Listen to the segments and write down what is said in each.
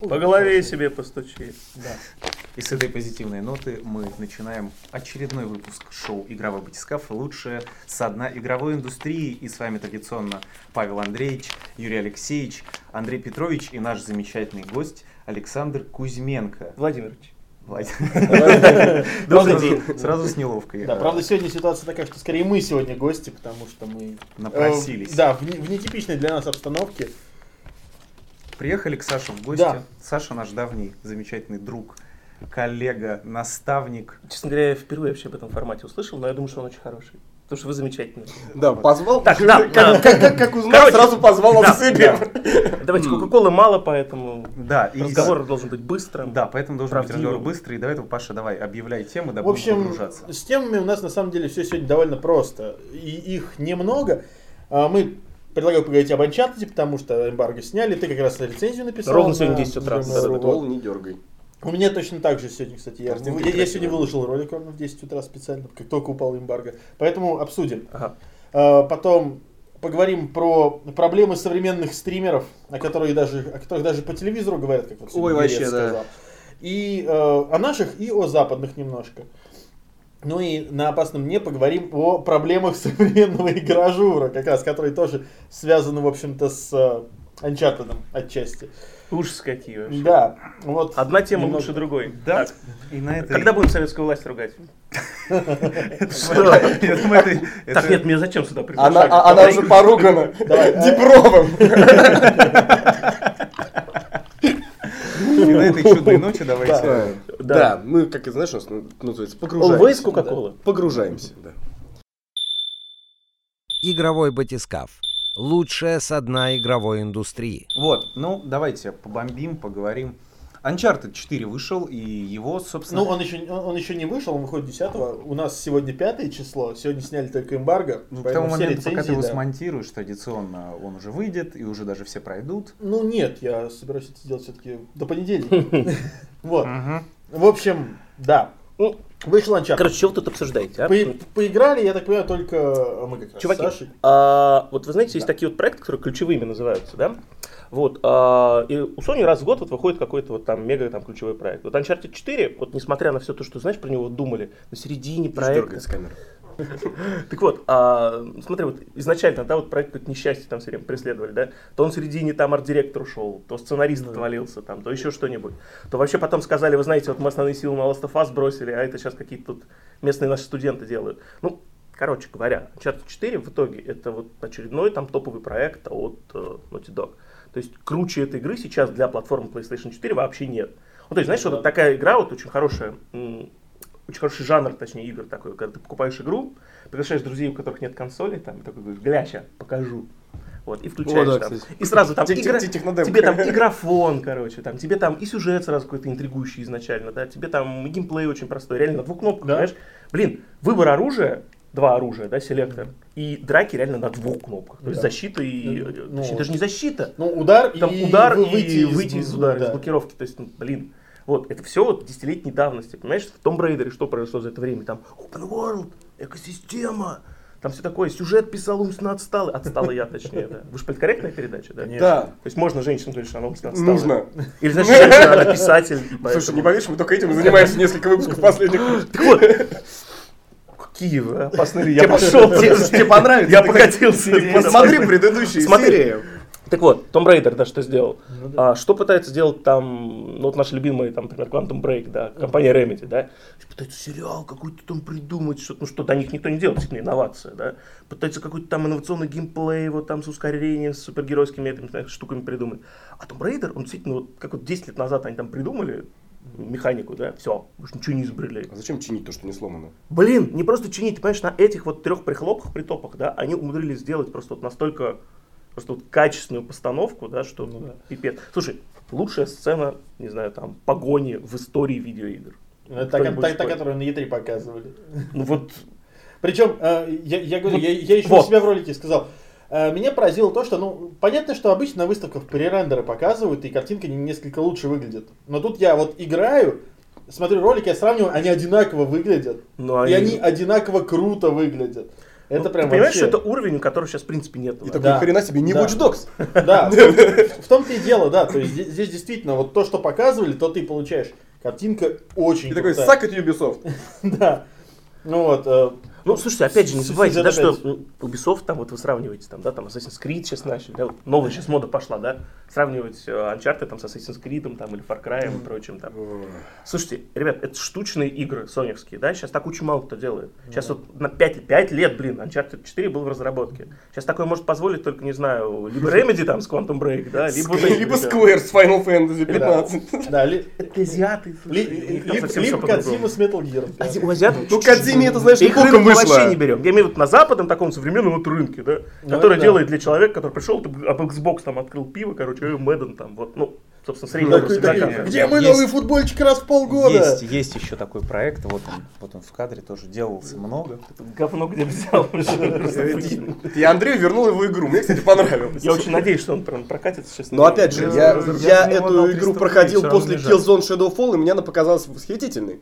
было. По голове себе постучи. Да. И с этой позитивной ноты мы начинаем очередной выпуск шоу «Игровой батискаф. Лучшее со дна игровой индустрии». И с вами традиционно Павел Андреевич, Юрий Алексеевич, Андрей Петрович и наш замечательный гость Александр Кузьменко. Владимирович. Владимир. Добрый Сразу- день. Сразу с неловкой. Да, э, правда, сегодня ситуация такая, что скорее мы сегодня гости, потому что мы... э, Напросились. Да, в, не- в нетипичной для нас обстановке. Приехали к Саше в гости. Да. Саша наш давний замечательный друг, коллега, наставник. Честно говоря, я впервые вообще об этом формате услышал, но я думаю, что он очень хороший. Потому что вы замечательные. Да, позвал. Так, да, как, да. как- как- как узнал, Короче, сразу позвал да, Ансыпин. Давайте, Кока-Колы мало, поэтому Да, и разговор должен быть быстрым. Да, поэтому должен быть правдивым. разговор быстрый. И до этого, Паша, давай, объявляй темы, да в общем, будем погружаться. с темами у нас на самом деле все сегодня довольно просто. И их немного. А, Мы предлагаю поговорить об Uncharted, потому что эмбарго сняли. Ты как раз рецензию написал. Ровно на сегодня 10 утра. Game Да-да-да. Award. Ствол не дергай. У меня точно так же сегодня, кстати. Я, Картинка я- я красивая. сегодня выложил ролик ровно в 10 утра специально, как только упал эмбарго. Поэтому обсудим. Ага. Э, Потом поговорим про проблемы современных стримеров, о которых даже, о которых даже по телевизору говорят, как вот сегодня Ой, вообще, Берец да. И э, о наших, и о западных немножко. Ну и на опасном не поговорим о проблемах современного игражура, как раз, который тоже связан, в общем-то, с э, Uncharted отчасти. Ужас какие вообще. Да, вот. Одна тема немного. лучше другой. Да. Так, И на этой... когда будем советскую власть ругать? Что? Я думаю, это- Так, это- нет, меня зачем сюда Она, приглашали? а- она Давай. уже поругана. Давай. Дипровым. И на этой чудной ночи Да. давайте. Да. Да, мы, как и знаешь, у нас ну, называется погружаемся. Always Coca-Cola. Да. Погружаемся, да. Игровой батискаф. Лучшее со дна игровой индустрии. Вот, ну давайте побомбим, поговорим. Uncharted 4 вышел, и его, собственно... Ну, он еще, он, он еще не вышел, он выходит 10 У нас сегодня 5 число, сегодня сняли только эмбарго. Ну, к поэтому тому все моменту, пока ты рецензии, его да. смонтируешь, традиционно он уже выйдет, и уже даже все пройдут. Ну нет, я собираюсь это сделать все-таки до Хм. понедельника. Вот. В общем, да. Ну, Вышел Uncharted. Короче, чего вы тут обсуждаете? а? По- Поиграли, я так понимаю, только мы как раз с Чуваки, Сашей. а, вот вы знаете, есть такие вот проекты, которые ключевыми называются, да? Вот, а, и у Sony раз в год вот выходит какой-то вот там мега там ключевой проект. Вот Uncharted 4, вот несмотря на все то, что, знаешь, про него думали, на середине проекта. Дергает с камеры. Так вот, а, смотри, вот изначально, да, вот проект какое-то несчастье там все время преследовали, да, то он в середине там арт-директор ушел, то сценарист отвалился там, то еще что-нибудь. То вообще потом сказали, вы знаете, вот мы основные силы на Last of Us бросили, а это сейчас какие-то тут местные наши студенты делают. Ну, короче говоря, Uncharted 4 в итоге это вот очередной там топовый проект от э, Naughty Dog. То есть круче этой игры сейчас для платформы PlayStation 4 вообще нет. Ну, то есть, знаешь, вот такая игра, вот очень хорошая, м, очень хороший жанр, точнее, игр такой, когда ты покупаешь игру, приглашаешь друзей, у которых нет консоли, там, и такой говоришь, гля, ща, покажу. Вот, и включаешь да, там. кстати. И сразу там Тех- игра- тех- технодемка. тебе там игрофон, короче, там, тебе там и сюжет сразу какой-то интригующий изначально, да, тебе там и геймплей очень простой, реально на двух кнопках, Да. понимаешь? Блин, выбор оружия, два оружия, да, селектор, и драки реально на двух кнопках. То есть Да. защита и... э, Ну, точнее, даже не защита, Ну, удар там и удар вы- и выйти из, удара, из да. блокировки. То есть, ну, блин, вот, это все вот десятилетней давности. Понимаешь, в Том Брейдере что произошло за это время? Там open world, экосистема, там все такое, сюжет писал умственно отсталый. Отстала я, точнее, да. Вы же политкорректная передача, да? Да. То есть можно женщину говорить, что она умственно отсталая. Нужно. Или значит, женщина, она писатель. и Слушай, поэтому- не боишься, мы только этим и занимаемся несколько выпусков последних. Так вот, Киев, а, опасный ли? я Тебе- пошел. тебе- тебе понравится, Я ты покатился. Посмотри предыдущие Смотри. серии. Так вот, Том Raider, да, что сделал? А, что пытается делать там, ну вот наши любимые, там, например, Quantum Break, да, компания Remedy, да? Пытается сериал какой-то там придумать, что ну что до них никто не делает, действительно, инновация, да? Пытается какой-то там инновационный геймплей, вот там с ускорением, с супергеройскими этими знаешь, штуками придумать. А Том Raider, он действительно, вот, как вот 10 лет назад они там придумали, механику, да, все, больше ничего не изобрели. А зачем чинить то, что не сломано? Блин, не просто чинить, ты понимаешь, на этих вот трех прихлопах, притопах, да, они умудрились сделать просто вот настолько просто вот качественную постановку, да, что Ну да. пипец. Слушай, лучшая сцена, не знаю, там, погони в истории видеоигр. Это Э, та, Кто-нибудь та- та, спорит? которую на Е3 показывали. Ну вот, Причем, э, я, я говорю, я, я еще у Вот. себя в ролике сказал, э, меня поразило то, что, ну, понятно, что обычно на выставках пререндеры показывают, и картинка не- несколько лучше выглядит. Но тут я вот играю, смотрю ролики, я сравниваю, они одинаково выглядят. ну И они... они одинаково круто выглядят. Это Ну, прям ты понимаешь, вообще- что это уровень, которого сейчас в принципе нет. у И нас? такой, Да. «Ни хрена себе, не Да. Watch Dogs. Да, в том-то и дело, да. То есть здесь- здесь действительно вот то, что показывали, то ты и получаешь. Картинка очень И такой, крутая. сак от Ubisoft. Да. Ну вот, э, Ну, слушайте, опять же, не С- забывайте, сюжет да, что опять. м, Ubisoft, там вот вы сравниваете, там, да, там Assassin's Creed сейчас начали, да, вот новая сейчас мода пошла, да, сравнивать э, Uncharted там с Assassin's Creed, там, или Far Cry и прочим там. Слушайте, ребят, это штучные игры соневские, да, сейчас так очень мало кто делает. Сейчас вот на 5, лет, блин, Uncharted 4 был в разработке. Сейчас такое может позволить только, не знаю, либо Remedy там с Quantum Break, да, либо... вот эти Либо ребята. Square с Final Fantasy 15. да, ли- Это азиаты, ли- слушай, у них там либо совсем либо всё по-другому. Кодзима с Metal Gear. да. Ази- у азиатов Ну, чуть-чуть- Кодзиме это, знаешь, их боком рынок мы вышло. вообще не берем. Я имею в виду на западном таком современном вот рынке, да, Ну, который это да. делает для человека, который пришел, ты об Xbox там открыл пиво, короче, ой, Madden там, вот, ну, собственно, средний Такой- образ такой, игрока. Где мой Есть. новый футбольчик раз в полгода? Есть, есть еще такой проект, вот он, вот он в кадре тоже делался много. Говно где взял. Просто выкинул. И Андрей вернул его игру. Мне, кстати, понравилось. Я очень надеюсь, что он прям прокатится сейчас. Но ну, опять же, я, Я я за него эту дал игру 300 проходил рублей, после всё равно Killzone Shadowfall, и мне она показалась восхитительной.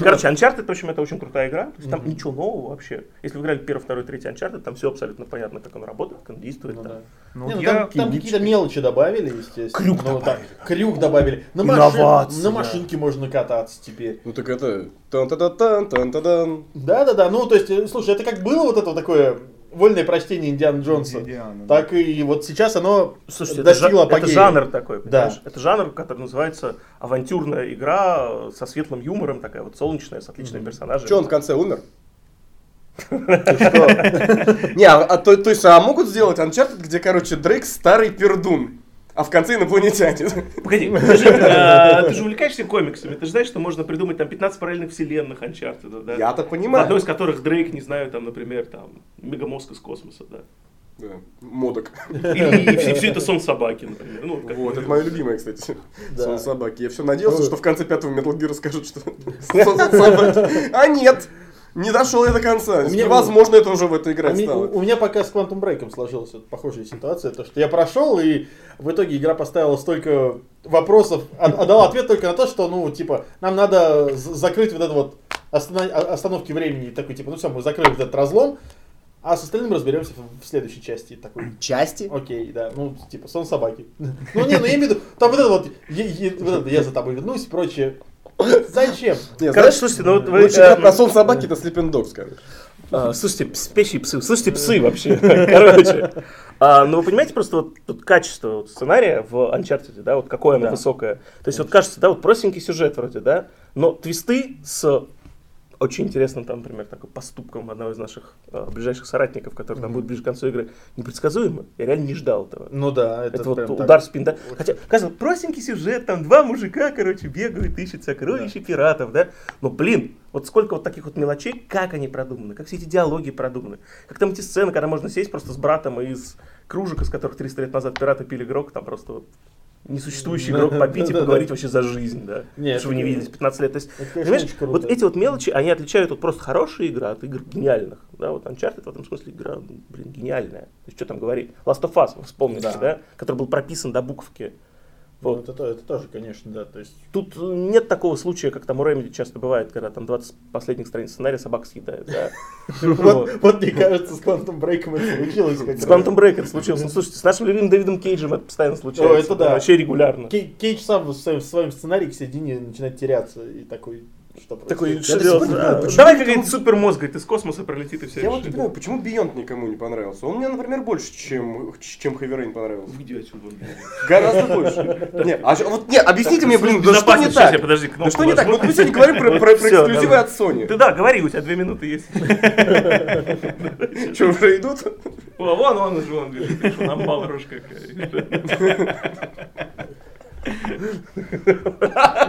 Короче, Uncharted, в общем, это очень крутая игра. То есть там ничего нового вообще. Если вы играли первый, второй, третий Uncharted, там все абсолютно понятно, как он работает, как он действует. там. Ну, Не, ну я там, там кибичка. какие-то мелочи добавили, естественно. Крюк Ну, вот так, крюк добавили. На, машин- Инновации, на да. машинке можно кататься теперь. Ну так это... Тан-та-та-тан, тан-та-дан. Да-да-да, ну то есть, э, слушай, это как было вот это вот такое вольное прочтение Индиана Джонса, Индиана, да. так и вот сейчас оно Слушайте, это, достигло жа- это апогея. жанр такой, понимаешь? Да. Это жанр, который называется авантюрная игра э, со светлым юмором, такая вот солнечная, с отличными персонажами. Че, он в конце умер? Ты что? Не, а а то то есть, а могут сделать Uncharted, где, короче, Дрейк старый пердун, а в конце инопланетянин. Погоди, ты же, э, ты же увлекаешься комиксами, ты же знаешь, что можно придумать там 15 параллельных вселенных Uncharted, да? Я-то В одной понимаю. из которых Дрейк, не знаю, там, например, там, мегамозг из космоса, да. Да, Модок. Или и все, все это сон собаки, например. Ну, как Вот, бы. это мое любимое, кстати. Да. Сон собаки. Я все надеялся, Ну, что в конце пятого Metal Gear скажут, что сон собаки. А нет! Не дошел я до конца. У меня- Невозможно это уже в это А играть ми- стало. у, у меня пока с Quantum Break сложилась вот похожая ситуация, то что я прошел и в итоге игра поставила столько вопросов, а, а дала ответ только на то, что ну типа нам надо з- закрыть вот это вот остана- о- остановки времени И такой типа ну все мы закрыли вот этот разлом, а с остальным разберемся в, в следующей части И такой. Части? Окей, да, ну, типа, сон собаки. Ну, не, ну, я имею в виду, там вот это вот, е- е- вот это, я за тобой вернусь и прочее. Зачем? Не, Короче, знаешь, слушайте, ну вот вы... лучше э, играть на сон собаки, это Sleeping Dogs, короче. А, Слушайте, пс- спящие псы, слушайте псы вообще, короче. А, ну, вы понимаете, просто вот тут качество вот сценария в Uncharted, да, вот какое оно высокое. То есть вот кажется, да, вот простенький сюжет вроде, да, но твисты с очень интересным там, например, такой поступком одного из наших а, ближайших соратников, который там будет ближе к концу игры, непредсказуемо. Я реально не ждал этого. Ну да, это, Это, вот прям так. удар в спину, да? Хотя, кажется, простенький сюжет, там два мужика, короче, бегают, ищут сокровища пиратов, да? Но, блин, вот сколько вот таких вот мелочей, как они продуманы, как все эти диалоги продуманы, как там эти сцены, когда можно сесть просто с братом из кружек, из которых 300 лет назад пираты пили грок, там просто вот несуществующий Да, игрок попить и да-да-да. поговорить вообще за жизнь, да? Нет, Что вы не это- виделись 15 лет. То есть, Это, конечно, понимаешь, очень круто. вот эти вот мелочи, они отличают вот просто хорошие игры от игр гениальных. Да, вот Uncharted в этом смысле игра, ну, блин, гениальная. То есть, что там говорить? Last of Us, вы вспомните, да. Да. Который был прописан до буковки. Ну, Вот. это, то- это тоже, конечно, да, то есть... Тут э, нет такого случая, как там у Remedy часто бывает, когда там 20 последних страниц сценария собак съедают. Да? Вот, вот, мне кажется, с Quantum Break это случилось. как С раз. Quantum Break это случилось. Ну, слушайте, с нашим любимым Дэвидом Кейджем это постоянно случается. это да. Вообще регулярно. Кей- Кейдж сам в своем, в своем сценарии к середине начинает теряться и такой... Что Такой происходит? шедевр, смотрю, да. почему Давай какая-нибудь супермозг, говорит, из космоса пролетит и все. Я вот не понимаю, почему Beyond никому не понравился. Он мне, например, больше, чем, чем Heavy Rain понравился. Уйди отсюда. Гораздо больше. Не, а ж- вот, не, объясните мне, блин, ну да что не Безопасность, сейчас я, так? подожди, Да кнопку что не так? нажму. Вот мы сегодня говорим про, про- про Всё, эксклюзивы давай. от Sony. Ты да, говори, у тебя две минуты есть. Что, уже идут? О, Вон, вон уже он бежит, видишь, он амбал рожка какая.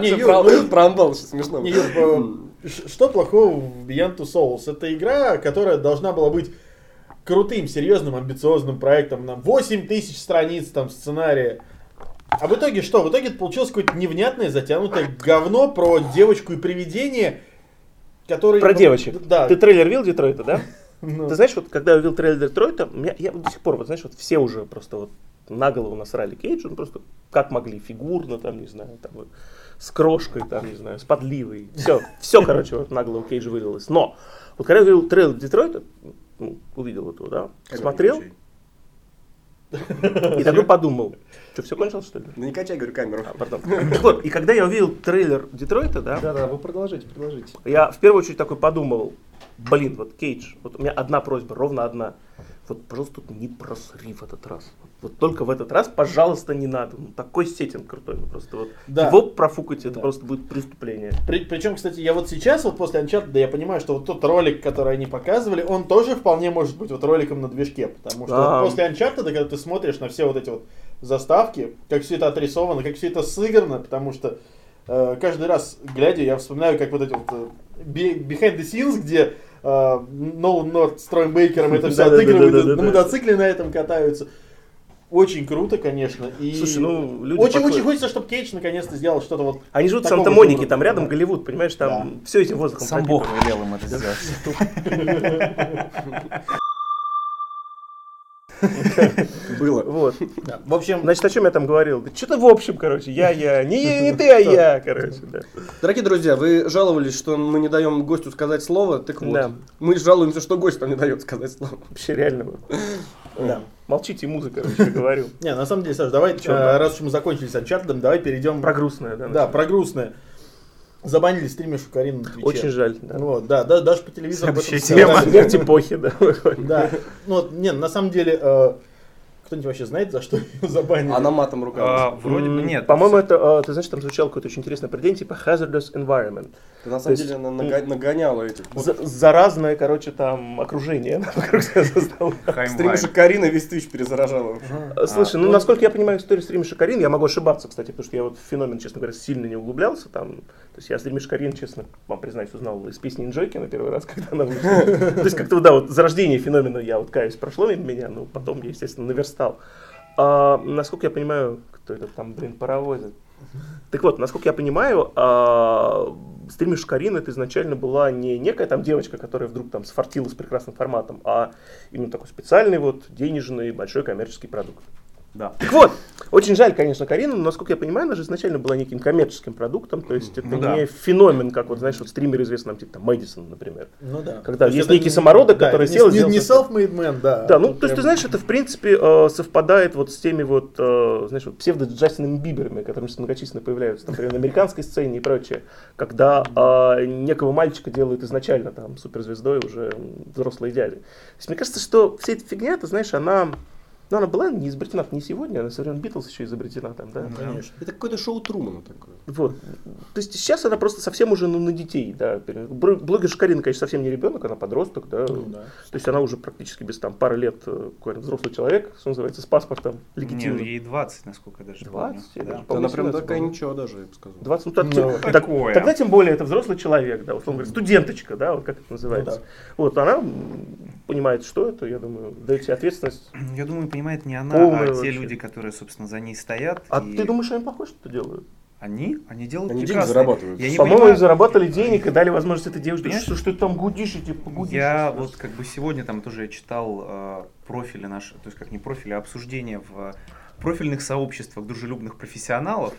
Не, Юр, Про- ну, Про амбал сейчас смешно. Не, Юр, э, ш- что плохого в Beyond Two Souls? Это игра, которая должна была быть крутым, серьезным, амбициозным проектом. На 8 тысяч страниц там сценария. А в итоге что? В итоге это получилось какое-то невнятное, затянутое говно про девочку и привидение, которые... Про ну, девочек. Да. Ты трейлер видел Детройта, да? Ну. Ты знаешь, вот когда я увидел трейлер Детройта, у меня, я вот до сих пор, вот знаешь, вот все уже просто вот на голову насрали Кейдж, он просто как могли, фигурно там, не знаю, там вот, с крошкой там, не знаю, с подливой. Все, все, короче, вот на голову Кейджа вылилось. Но Вот когда я увидел трейлер Детройта, ну, увидел его, да, смотрел, и тогда подумал, что все кончилось, что ли? Ну не качай, говорю, камеру. А, пардон. Так вот, и когда я увидел трейлер Детройта, да, Да-да, вы продолжите, продолжите. я в первую очередь такой подумал, блин, вот Кейдж, вот у меня одна просьба, ровно одна. Вот, пожалуйста, тут не просри в этот раз. Вот только в этот раз, пожалуйста, не надо. Ну, такой сетинг крутой, ну, просто вот. Да. Его профукать, это Да. просто будет преступление. При- причем, кстати, я вот сейчас, вот после Uncharted, да я понимаю, что вот тот ролик, который они показывали, он тоже вполне может быть вот роликом на движке, потому что Да. вот после Uncharted, когда ты смотришь на все вот эти вот заставки, как все это отрисовано, как все это сыграно, потому что э, каждый раз, глядя, я вспоминаю, как вот эти вот э, be- behind the scenes, где э, Нолан Норт с Троем Бейкером это все Да-да-да-да-да-да. отыгрывают, на мотоцикле на этом катаются. Очень круто, конечно. И Слушай, ну, люди очень, подходят. очень хочется, чтобы Кейдж наконец-то сделал что-то вот Они живут в такого Санта-Монике, уровня. там рядом Голливуд, понимаешь, там все этим воздухом Сам пропитано. Бог велел им это сделать. Было. Вот. В общем, Значит, о чем я там говорил? Да что-то в общем, короче, я, я, не, не ты, а я, короче, да. Дорогие друзья, вы жаловались, что мы не даем гостю сказать слово, так вот. Да. Мы жалуемся, что гость нам не дает сказать слово. Вообще реально. вот. Да. Молчите, музыка, короче, я говорю. Не, на самом деле, Саш, давай, Чё, э, да? раз уж мы закончили с Uncharted, давай перейдем... Про грустное, да. Да, начнем. про грустное. Забанили стримершу Карину на Твиче. Ну Очень жаль, да. Вот, да, да, даже по телевизору об этом Следующая сказали. Тема смерть эпохи, да. Да. Ну, вот, не, на самом деле, э, кто-нибудь вообще знает, за что её забанили? Она матом ругалась. А, Вроде бы М, нет. По-моему, это, э, ты знаешь, там звучало какое-то очень интересное определение, типа hazardous environment. Да на то самом есть- деле она нага- нагоняла этих. За- Заразное, короче, там окружение. вокруг себя создало. Хаймлайн. Стримиша Карина весь твич перезаражала. Слушай, ну насколько я понимаю историю стрима Шакарин, я могу ошибаться, кстати, потому что я вот в феномен, честно говоря, сильно не углублялся там. То есть я стриме Шакарин, честно, вам признаюсь, узнал из песни Инжойкина первый раз, когда она вышла. То есть как-то, да, вот зарождение феномена, я вот каюсь, прошло мимо меня, но потом я, естественно, наверстал. А, насколько я понимаю, кто это там, блин, паровозит? Так вот, насколько я понимаю, а, стрим Шкарин это изначально была не некая там девочка, которая вдруг там сфартила с прекрасным форматом, а именно такой специальный вот денежный большой коммерческий продукт. Да. Так вот, очень жаль, конечно, Карину, но, насколько я понимаю, она же изначально была неким коммерческим продуктом, то есть это Ну да. не феномен, как вот, знаешь, вот стримеры известны, там, типа там, Мэдисон, например. Ну да. Когда То есть это некий не- самородок, да, который не- сел и не, сделал не свой- self-made man, А да. Да, ну, Вот то есть, ты прям- знаешь, это, в принципе, э, совпадает вот с теми вот, э, знаешь, вот псевдо-Джастинами Биберами, которые сейчас многочисленно появляются, там, например, на американской сцене и прочее, когда э, некого мальчика делают изначально там суперзвездой уже м, взрослые дяди. То есть, мне кажется, что вся эта фигня, ты знаешь, она... Ну, она была не изобретена не сегодня, она со времен Битлз еще изобретена там, да? Конечно. Это какое-то шоу Трумана такое. Вот. То есть сейчас она просто совсем уже ну, на детей, да. пере- Бр- Блогер Шкарина, конечно, совсем не ребенок, она подросток, да. Ну да. То есть она уже практически без там пары лет э, какой-то взрослый человек, что называется, с паспортом Не, ну легитимным. ей 20, насколько я даже 20, я помню. даже Да. помню, Она прям 17 такая была. ничего даже, я бы сказал. 20, ну, так- Ну, так- такое. тогда тем более это взрослый человек, да, условно говоря, студенточка, да, вот как это называется. Ну да. Вот она м, понимает, что это, я думаю, дает себе ответственность. Я думаю, понимает не она, Полная а те вообще. люди, которые, собственно, за ней стоят. А и ты думаешь, что они плохое что-то делают? Они? Они делают Они деньги прекрасно. зарабатывают. Я не По-моему, понимаю, они заработали денег и дали возможность этой девушке. Понимаешь? Что, что ты там гудишь, и типа гудишь. Я вот как бы сегодня там тоже я читал э, профили наши, то есть как не профили, а обсуждения в э, профильных сообществах дружелюбных профессионалов,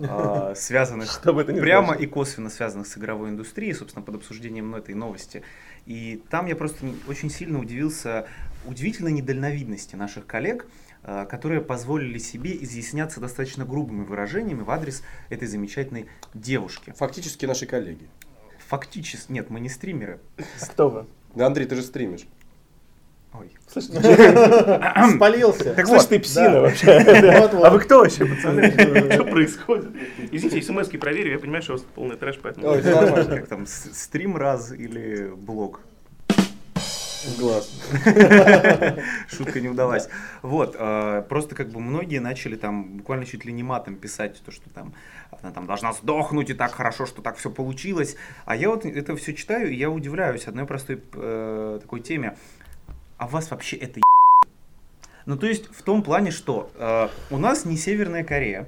э, связанных Что бы это ни прямо значило. и косвенно связанных с игровой индустрией, собственно, под обсуждением ну, этой новости. И там я просто очень сильно удивился удивительной недальновидности наших коллег, э, которые позволили себе изъясняться достаточно грубыми выражениями в адрес этой замечательной девушки. Фактически наши коллеги. Фактически, нет, мы не стримеры. Что вы? Да, Андрей, ты же стримишь. Ой, Слышь, Спалился. Так слышь, ты псина да. вообще. Вот-вот. А вы кто вообще, пацаны? Что происходит? Извините, смс-ки проверю, я понимаю, что у вас полный трэш, поэтому... Ой, всё нормально. как там, с- стрим раз или блог? В глаз. Шутка не удалась. Вот, э, просто как бы многие начали там буквально чуть ли не матом писать, то, что там она там должна сдохнуть, и так хорошо, что так все получилось. А я вот это все читаю, и я удивляюсь одной простой э, такой теме. А вас вообще это е- Ну, то есть в том плане, что э, у нас не Северная Корея,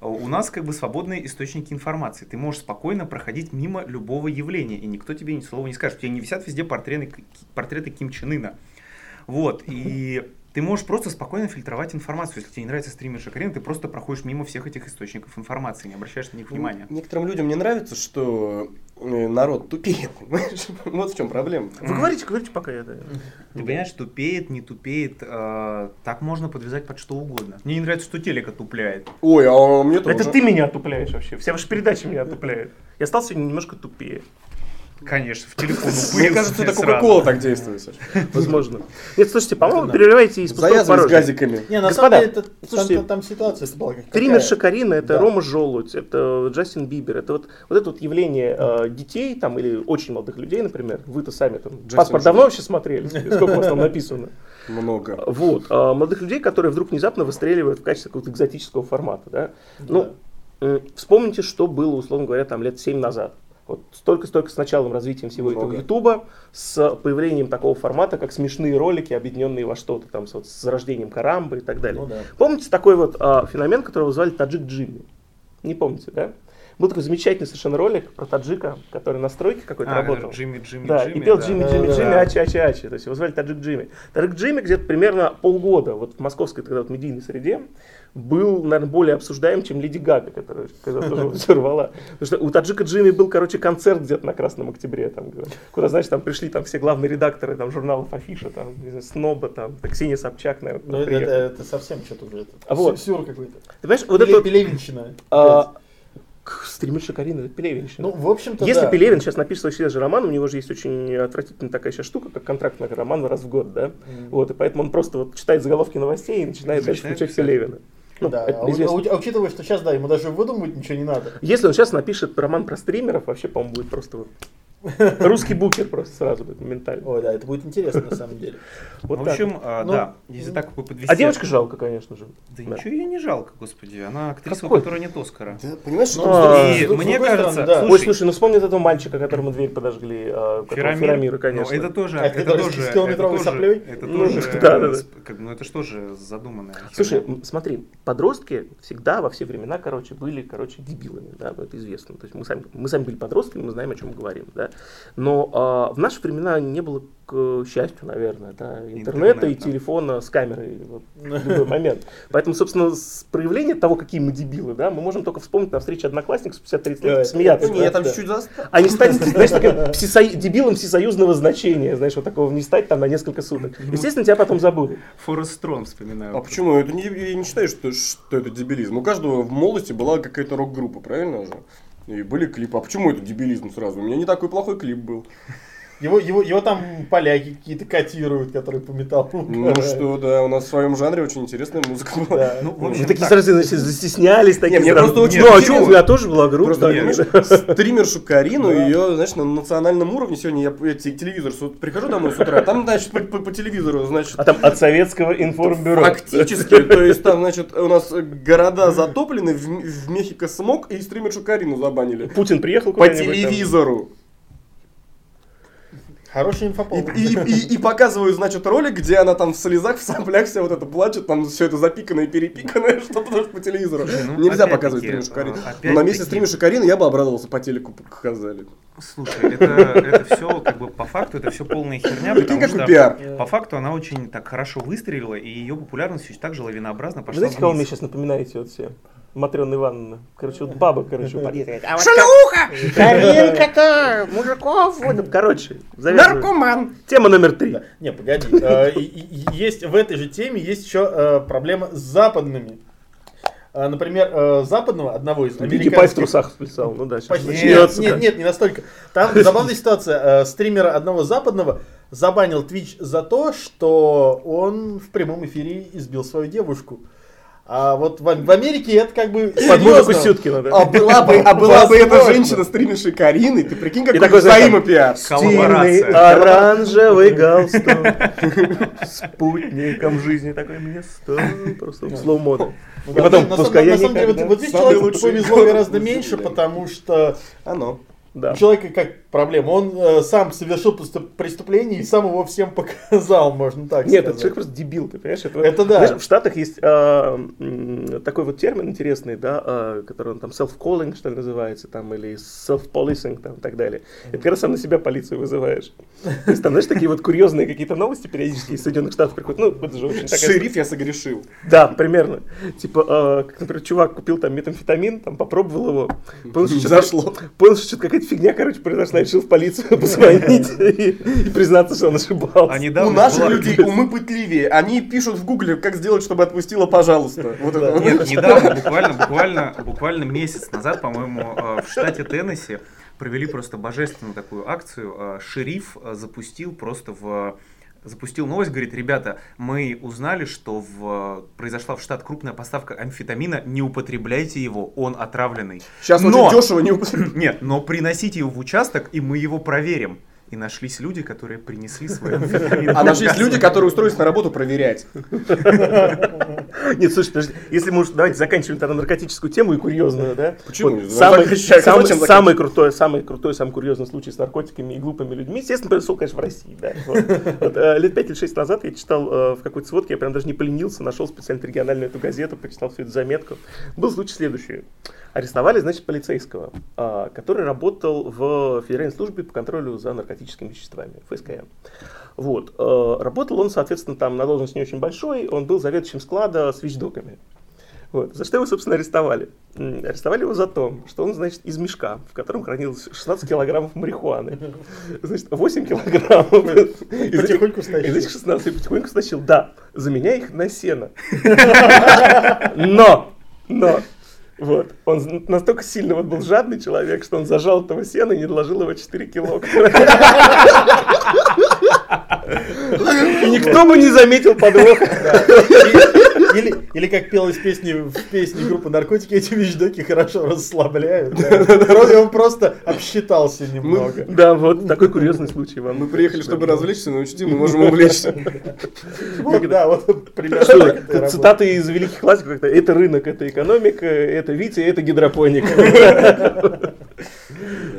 э, у нас как бы свободные источники информации. Ты можешь спокойно проходить мимо любого явления, и никто тебе ни слова не скажет. У тебя не висят везде портреты, портреты Ким Чен Ына. Вот, и Ты можешь просто спокойно фильтровать информацию. Если тебе не нравится стример Шакарин, ты просто проходишь мимо всех этих источников информации, не обращаешь на них внимания. Ну, Некоторым людям не нравится, что э, народ тупеет, понимаешь? Вот в чем проблема. Вы говорите, говорите, пока я... да. Ты понимаешь, тупеет, не тупеет, э, так можно подвязать под что угодно. Мне не нравится, что телека тупляет. Ой, а мне тоже. Это ты меня отупляешь вообще. Все ваши передачи меня отупляют. Я стал сегодня немножко тупее. Конечно, в телефон Мне упырился кажется, это сразу. А, Кока-Кола так действует. Саш. Возможно. Нет, слушайте, по-моему, переливайте из пустого в Завязывай с порожнее. газиками. Не, на Господа, самом деле, это, там- слушайте, там, там ситуация была как Триммер какая. Шакарина, это Да. Рома Жолудь, это Джастин Бибер, это вот, вот это вот явление э, детей там или очень молодых людей, например, вы-то сами там паспорт давно вообще смотрели, сколько у вас там написано. Много. Вот, а, молодых людей, которые вдруг внезапно выстреливают в качестве какого-то экзотического формата, да. Ну, э, вспомните, что было, условно говоря, там лет 7 назад. Вот столько-столько с началом развития всего этого Много. Ютуба, с появлением такого формата, как смешные ролики, объединенные во что-то, там, с, вот, с рождением Карамбы и так далее. Ну да. Помните такой вот а, феномен, которого звали Таджик Джимми? Не помните, да? Был такой замечательный совершенно ролик про таджика, который на стройке какой-то А, работал. Джимми, Джимми, Да, Джимми. и пел да. Джимми, Да, Джимми, да. Джимми, Ачи, Ачи, Ачи. То есть его звали Таджик Джимми. Таджик Джимми где-то примерно полгода вот в московской тогда вот медийной среде был, наверное, более обсуждаем, чем Леди Гага, которая когда тоже все рвала. Потому что у Таджика Джимми был, короче, концерт где-то на Красном Октябре, там, г- куда, знаешь, там пришли там все главные редакторы там, журналов Афиша, там, не знаю, Сноба, там, Ксения Собчак, наверное, Ну, туда это, приехала. это совсем что-то уже. это А вот. Сюр какой-то. Ты понимаешь, вот это... Пеле- вот, Пелевинщина. а, опять. к- Стример Шакарин, это Пелевинщина. Ну, в общем-то, Если да. Пелевин сейчас напишет свой же роман, у него же есть очень отвратительная такая сейчас штука, как контракт на роман раз в год, да? Вот, и поэтому он просто вот читает заголовки новостей и начинает дальше Начинает включать писать. Пелевина. Ну, Да, это а у- известно. а у- а учитывая, что сейчас, да, ему даже выдумывать ничего не надо. Если он сейчас напишет роман про стримеров, вообще, по-моему, будет просто вот русский букер просто сразу будет моментально. Ой, да, это будет интересно на самом деле. Вот в так общем, вот. а, Ну, да, если так бы подвести... А девочка жалко, конечно же. Да Да. ничего ее не жалко, господи. Она актриса, у Какой? которой нет Оскара. Да, Понимаешь, Ну, что а, с И друг- с мне другой кажется, стороны, да. Ой, слушай, слушай, ну вспомни этого мальчика, которому дверь подожгли, а, которого Феромир, Феромира, ну, конечно. это тоже, А, это который с тоже, это километровой тоже, соплей? это Ну, тоже, да, да, да. э, как бы, ну это что же задуманное? Слушай, м, смотри, подростки всегда во все времена, короче, были, короче, дебилами, да, ну, это известно. То есть мы сами, мы сами были подростками, мы знаем, о чем мы говорим, да. Но а, в наши времена не было, к счастью, наверное, да, интернета и Интернета. телефона с камерой вот, в любой момент. Поэтому, собственно, с проявления того, какие мы дебилы, да, мы можем только вспомнить на встрече одноклассников с 50-30 Да, лет, это- смеяться. ну, да. я там да. чуть-чуть застал. А не стать, знаешь, таким всесоюз- дебилом всесоюзного значения, знаешь, вот такого не стать там на несколько суток. Естественно, тебя потом забудут. Форест Стром вспоминаю. А почему? Это не, я не считаю, что, что это дебилизм. У каждого в молодости была какая-то рок-группа, правильно же? И были клипы. А почему это дебилизм сразу? У меня не такой плохой клип был. Его, его, его там поляки какие-то котируют, которые по металлу. Ну что, да, у нас в своем жанре очень интересная музыка была. Да. Ну, в общем, Такие так, сразу значит, застеснялись, такие мне сразу. просто очень Ну а интересно. что, у меня тоже была группа. Просто, так, понимаешь, да. стримершу Карину, ее, знаешь, на национальном уровне сегодня я, я те- телевизор с ут- прихожу домой с утра, а там, значит, по, по- по телевизору, значит, А там от советского информбюро. фактически, то есть там, значит, у нас города затоплены, в, М- в Мехико смог, и стримершу Карину забанили. Путин приехал По куда-нибудь, там. телевизору. Хороший И, инфоповод. и, и- и показывают, значит, ролик, где она там в слезах, в соплях вся вот это плачет, там все это запиканное и перепиканное, что потому что по телевизору. ну, Нельзя опять-таки, показывать стримершу э, Карину. Но на опять-таки. месте стримерши Карины я бы обрадовался, по телеку показали. Слушай, это, это все, как бы, по факту, это все полная херня, Прикинь, потому какой что пиар. по факту она очень так хорошо выстрелила, и ее популярность все так же лавинообразно Вы пошла знаете, кого вы мне вниз. сейчас напоминаете вот все? Матрена Ивановна. Короче, вот баба, короче, у подъезда. говорит, «А вот как- Каринка-то мужиков. вот». Ну, Короче, завязываем. Тема номер три. Не, погоди. Э, и- и- и Есть в этой же теме есть еще э, проблема с западными. Э, Например, э, западного одного из Вики Пай в американских трусах сплясал. Ну да, сейчас Почти нет, начнется. нет, нет, не настолько. Там забавная ситуация. Э, Стримера одного западного забанил Twitch за то, что он в прямом эфире избил свою девушку. А вот в, в Америке это как бы... Под музыку серьезно. Сюткина, да. А была бы, а была бы эта Возможно. женщина стримершей Карины, ты прикинь, какой такой, знаешь, взаимопиар. Стильный Коллаборация. оранжевый галстук спутником жизни такой мне стал просто в слоумо. И Ну, на- потом, на, пускай самом- я на самом деле, никогда. вот, вот здесь Самый человеку лучший повезло гораздо голос меньше, земли. потому что Оно. Да. у человека как проблема. Он э, сам совершил поступ- преступление и сам его всем показал, можно так Нет, этот сказать. человек просто дебил, ты понимаешь? Это, Это да. Знаешь, в Штатах есть а, м, такой вот термин интересный, да, а, который он там self-calling, что ли, называется, там, или self-policing, там, и так далее. Это когда сам на себя полицию вызываешь. То есть там, знаешь, такие вот курьезные какие-то новости периодически из Соединенных Штатов приходят. Ну, это же очень такая Шериф, я согрешил. Да, примерно. Типа, э, как, например, чувак купил там метамфетамин, там попробовал его. Понял, что чё-то- Зашло. Понял, что чё-то какая-то фигня, короче, произошла, решил в полицию позвонить и, и признаться, что он ошибался. А недавно У наших была- людей умы пытливее. Они пишут в гугле, как сделать, чтобы отпустила, пожалуйста. Вот это вот. Нет, недавно, буквально, буквально, буквально месяц назад, по-моему, э, в штате Теннесси провели просто божественную такую акцию. Э, Шериф э, запустил просто в э, запустил новость, говорит, ребята, мы узнали, что в, э, произошла в штат крупная поставка амфетамина, не употребляйте его, он отравленный. Сейчас Но- очень дешево не упустим. Нет, но приносите его в участок, и мы его проверим. И нашлись люди, которые принесли свои амфетамины. А нашлись люди, которые устроились на работу проверять. Нет, слушай, подожди, если мы уж давайте заканчиваем тогда наркотическую тему и курьезную, да? Почему? Вот Ну, самый, заканчивай, самый- зачем самый крутой, самый крутой, самый курьезный случай с наркотиками и глупыми людьми, естественно, произошел, конечно, в России, да. Вот. Вот, э, лет пять или шесть назад я читал э, в какой-то сводке, я прям даже не поленился, нашел специально региональную эту газету, прочитал всю эту заметку. Был случай следующий. Арестовали, значит, полицейского, а, который работал в Федеральной службе по контролю за наркотическими веществами, ФСКМ. Вот. э, Работал он, соответственно, там на должность не очень большой, он был заведующим склада с вещдоками. Вот. За что его, собственно, арестовали? М, Арестовали его за то, что он, значит, из мешка, в котором хранилось 16 килограммов марихуаны. Значит, 8 килограммов. Из этих- потихоньку стащил. Из этих 16 потихоньку стащил, да. Заменяя их на сено. Но! Но! Вот. Он з- настолько сильно вот был жадный человек, что он зажал этого сена и не доложил его 4 кило. И никто бы не заметил подвоха. Или, или- или как пелось в песне, в песне группы «Наркотики», эти вещдоки хорошо расслабляют. да. Вроде он просто обсчитался немного. Да, вот такой курьезный случай Мы вам. приехали, чтобы развлечься, но учти, мы можем увлечься. Вот, да, вот примерно Что, так это и работает. цитаты из великих классиков, как-то, это рынок, это экономика, это Витя, это гидропоник.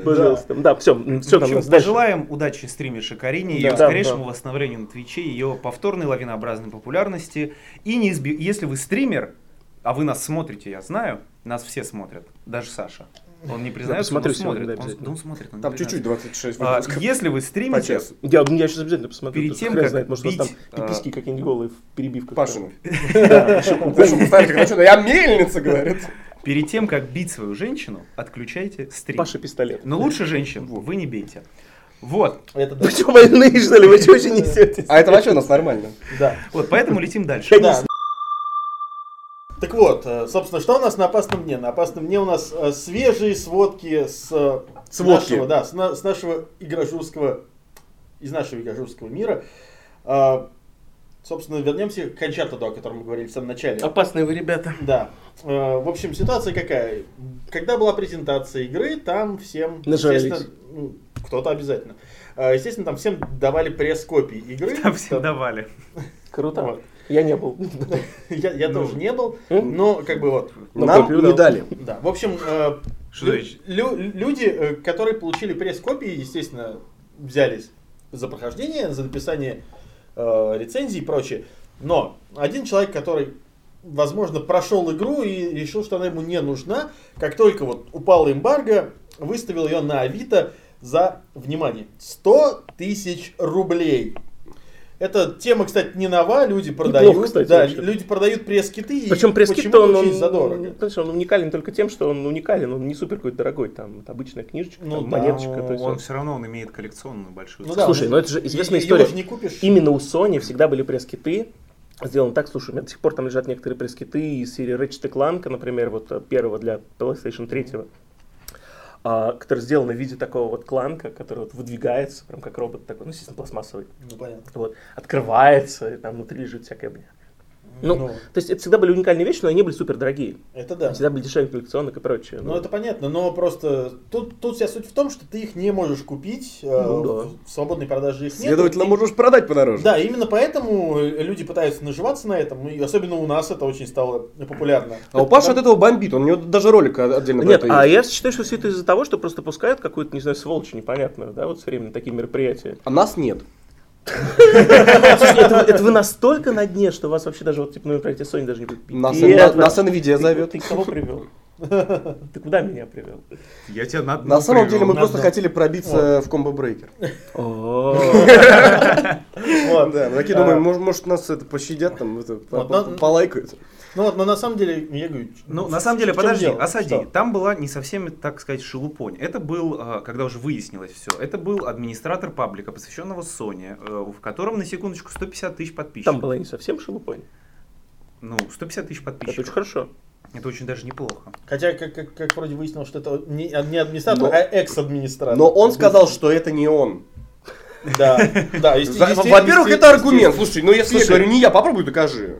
Пожалуйста. Да, все, все там у Ничего, нас дальше. Пожелаем удачи стримерше Карине, ее Да, да, скорейшему да. восстановлению на Твиче, ее повторной лавинообразной популярности. И неизбе- если вы стример, а вы нас смотрите, я знаю, нас все смотрят, даже Саша. Он не признается, но посмотрю он сегодня, да, смотрит. Он- обязательно. да, он смотрит, он не Там признается. чуть-чуть 26 А, выпусков. Если вы По стримите, часу. Я, я сейчас обязательно посмотрю. Перед потому тем, что хрен как знает, может, у вас там бить, пиписьки а, какие-нибудь голые в перебивках. Пашину. Да, ещё кукла. Пашу поставили, как начало, Я мельница, говорит. перед тем, как бить свою женщину, отключайте стрим. Паша пистолет. Но лучше женщин вы не бейте. Вот, Это да. Вы что, больные, что ли? Вы чего же несетесь? А это вообще у нас нормально. да. вот поэтому летим дальше. Да. Так вот, э, собственно, что у нас на опасном дне? На опасном дне у нас э, свежие сводки с, э, с Сводки. нашего, да, с, на- с нашего игрожурского, из нашего игрожурского мира. А, собственно, вернемся к Uncharted, о котором мы говорили в самом начале. Опасные вы ребята. Да. Э, В общем, ситуация какая? Когда была презентация игры, там всем... Нажались. естественно, ну, Кто-то обязательно. Э, Естественно, там всем давали пресс-копии игры. Там всем давали. Круто. Вот. Я не был. Я, я Ну. тоже не был, М? но как бы вот. Ну, нам- копию дал. Да, в общем, э, Что лю- значит? лю- люди, э, которые получили пресс-копии, естественно, взялись за прохождение, за написание э, рецензий и прочее. Но один человек, который, возможно, прошел игру и решил, что она ему не нужна, как только вот упала эмбарго, выставил ее на Авито за, внимание, 100 тысяч рублей. Эта тема, кстати, не нова, люди продают, кстати, да, вообще. люди продают пресс-киты, и Причем пресс-кит почему-то он, очень он, задорого. знаешь, он уникален только тем, что он уникален, он не супер какой-то дорогой, там вот обычная книжечка, Ну там, да, монеточка. Но то есть он он- все равно он имеет коллекционную большую Ну цену. да, Слушай, он- ну это же е- известная е- история. Его же не купишь. Именно у Sony всегда были пресс-киты. Сделано так, слушай, у меня до сих пор там лежат некоторые пресс-киты из серии Ratchet Clank, например, вот э, первого для PlayStation 3, а, который сделан в виде такого вот кланка, который вот выдвигается, прям как робот такой, ну, естественно, пластмассовый. Ну, понятно. Вот, открывается, и там внутри лежит всякая бня. Ну, Ну. то есть это всегда были уникальные вещи, но они были супер дорогие. Это да. Всегда были дешевле коллекционных и прочее. Ну, это понятно, но просто тут, тут вся суть в том, что ты их не можешь купить, э, Ну, да. в свободной продаже их нет. Следовательно, можешь продать подороже. ну, Да, именно поэтому люди пытаются наживаться на этом, и особенно у нас это очень стало популярно. А у Паши от этого бомбит, он у него даже ролик о- отдельно про Нет, Ну, это а есть. я считаю, что все это из-за того, что просто пускают какую-то, не знаю, сволочь непонятную, да, вот все время на такие мероприятия. А нас нет. Слушайте, Ну, это, вы- это вы настолько на дне, что вас вообще даже вот типа на проекте Sony даже не будет. Нас, Привет, нас брат. Nvidia зовет. ну, Ты, ты кого привел? Ты куда меня привел? Я тебя на На дно самом привел. деле мы на просто дно. хотели пробиться в комбо брейкер. Вот. Да, мы такие А, думаем, мож- может нас это пощадят, там это, по- по- но- полайкают. Ну вот, но на самом деле, я говорю, Ну, в- на самом деле, в чем подожди, дело? осади. Что? Там была не совсем, так сказать, шелупонь. Это был, э, когда уже выяснилось все, это был администратор паблика, посвященного Sony, э, в котором, на секундочку, 150 тысяч подписчиков. Там была не совсем шелупонь. Ну, 150 тысяч Это очень подписчиков. хорошо. Это очень даже неплохо. Хотя, как, как, как вроде выяснилось, что это не, не администратор, Но- а экс-администратор. Но он сказал, что это не он. Да, да. есте- За- есте- Во-первых, есте- это аргумент. Слушай, ну если я Слушай. говорю не я, попробуй докажи.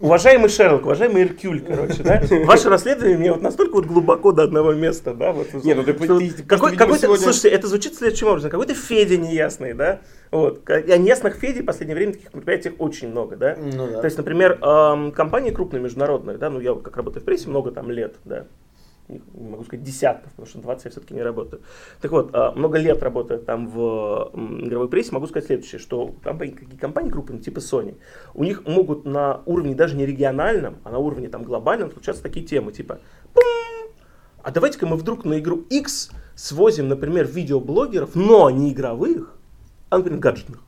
Уважаемый Шерлок, уважаемый Иркюль, короче, да? Ваше расследование мне вот настолько вот глубоко до одного места, да? Вот, Не, ну ты- что ты- вот ты просто, какой, видимо, какой-то, сегодня- Слушайте, это звучит следующим образом. Какой-то Федя неясный, да? Вот. К- О неясных Федей в последнее время таких мероприятий очень много, да? Ну да. То есть, например, эм, компании крупные, международные, да, ну я вот как работаю в прессе много там лет, да, не не могу сказать десятков, потому что 20 я все-таки не работаю. Так вот, э, много лет работаю там в м, игровой прессе, могу сказать следующее, что компании, какие компании крупные, типа Sony, у них могут на уровне даже не региональном, а на уровне там глобальном случаться такие темы, типа «Пум! а давайте-ка мы вдруг на игру X свозим, например, видеоблогеров, но не игровых, а, например, гаджетных.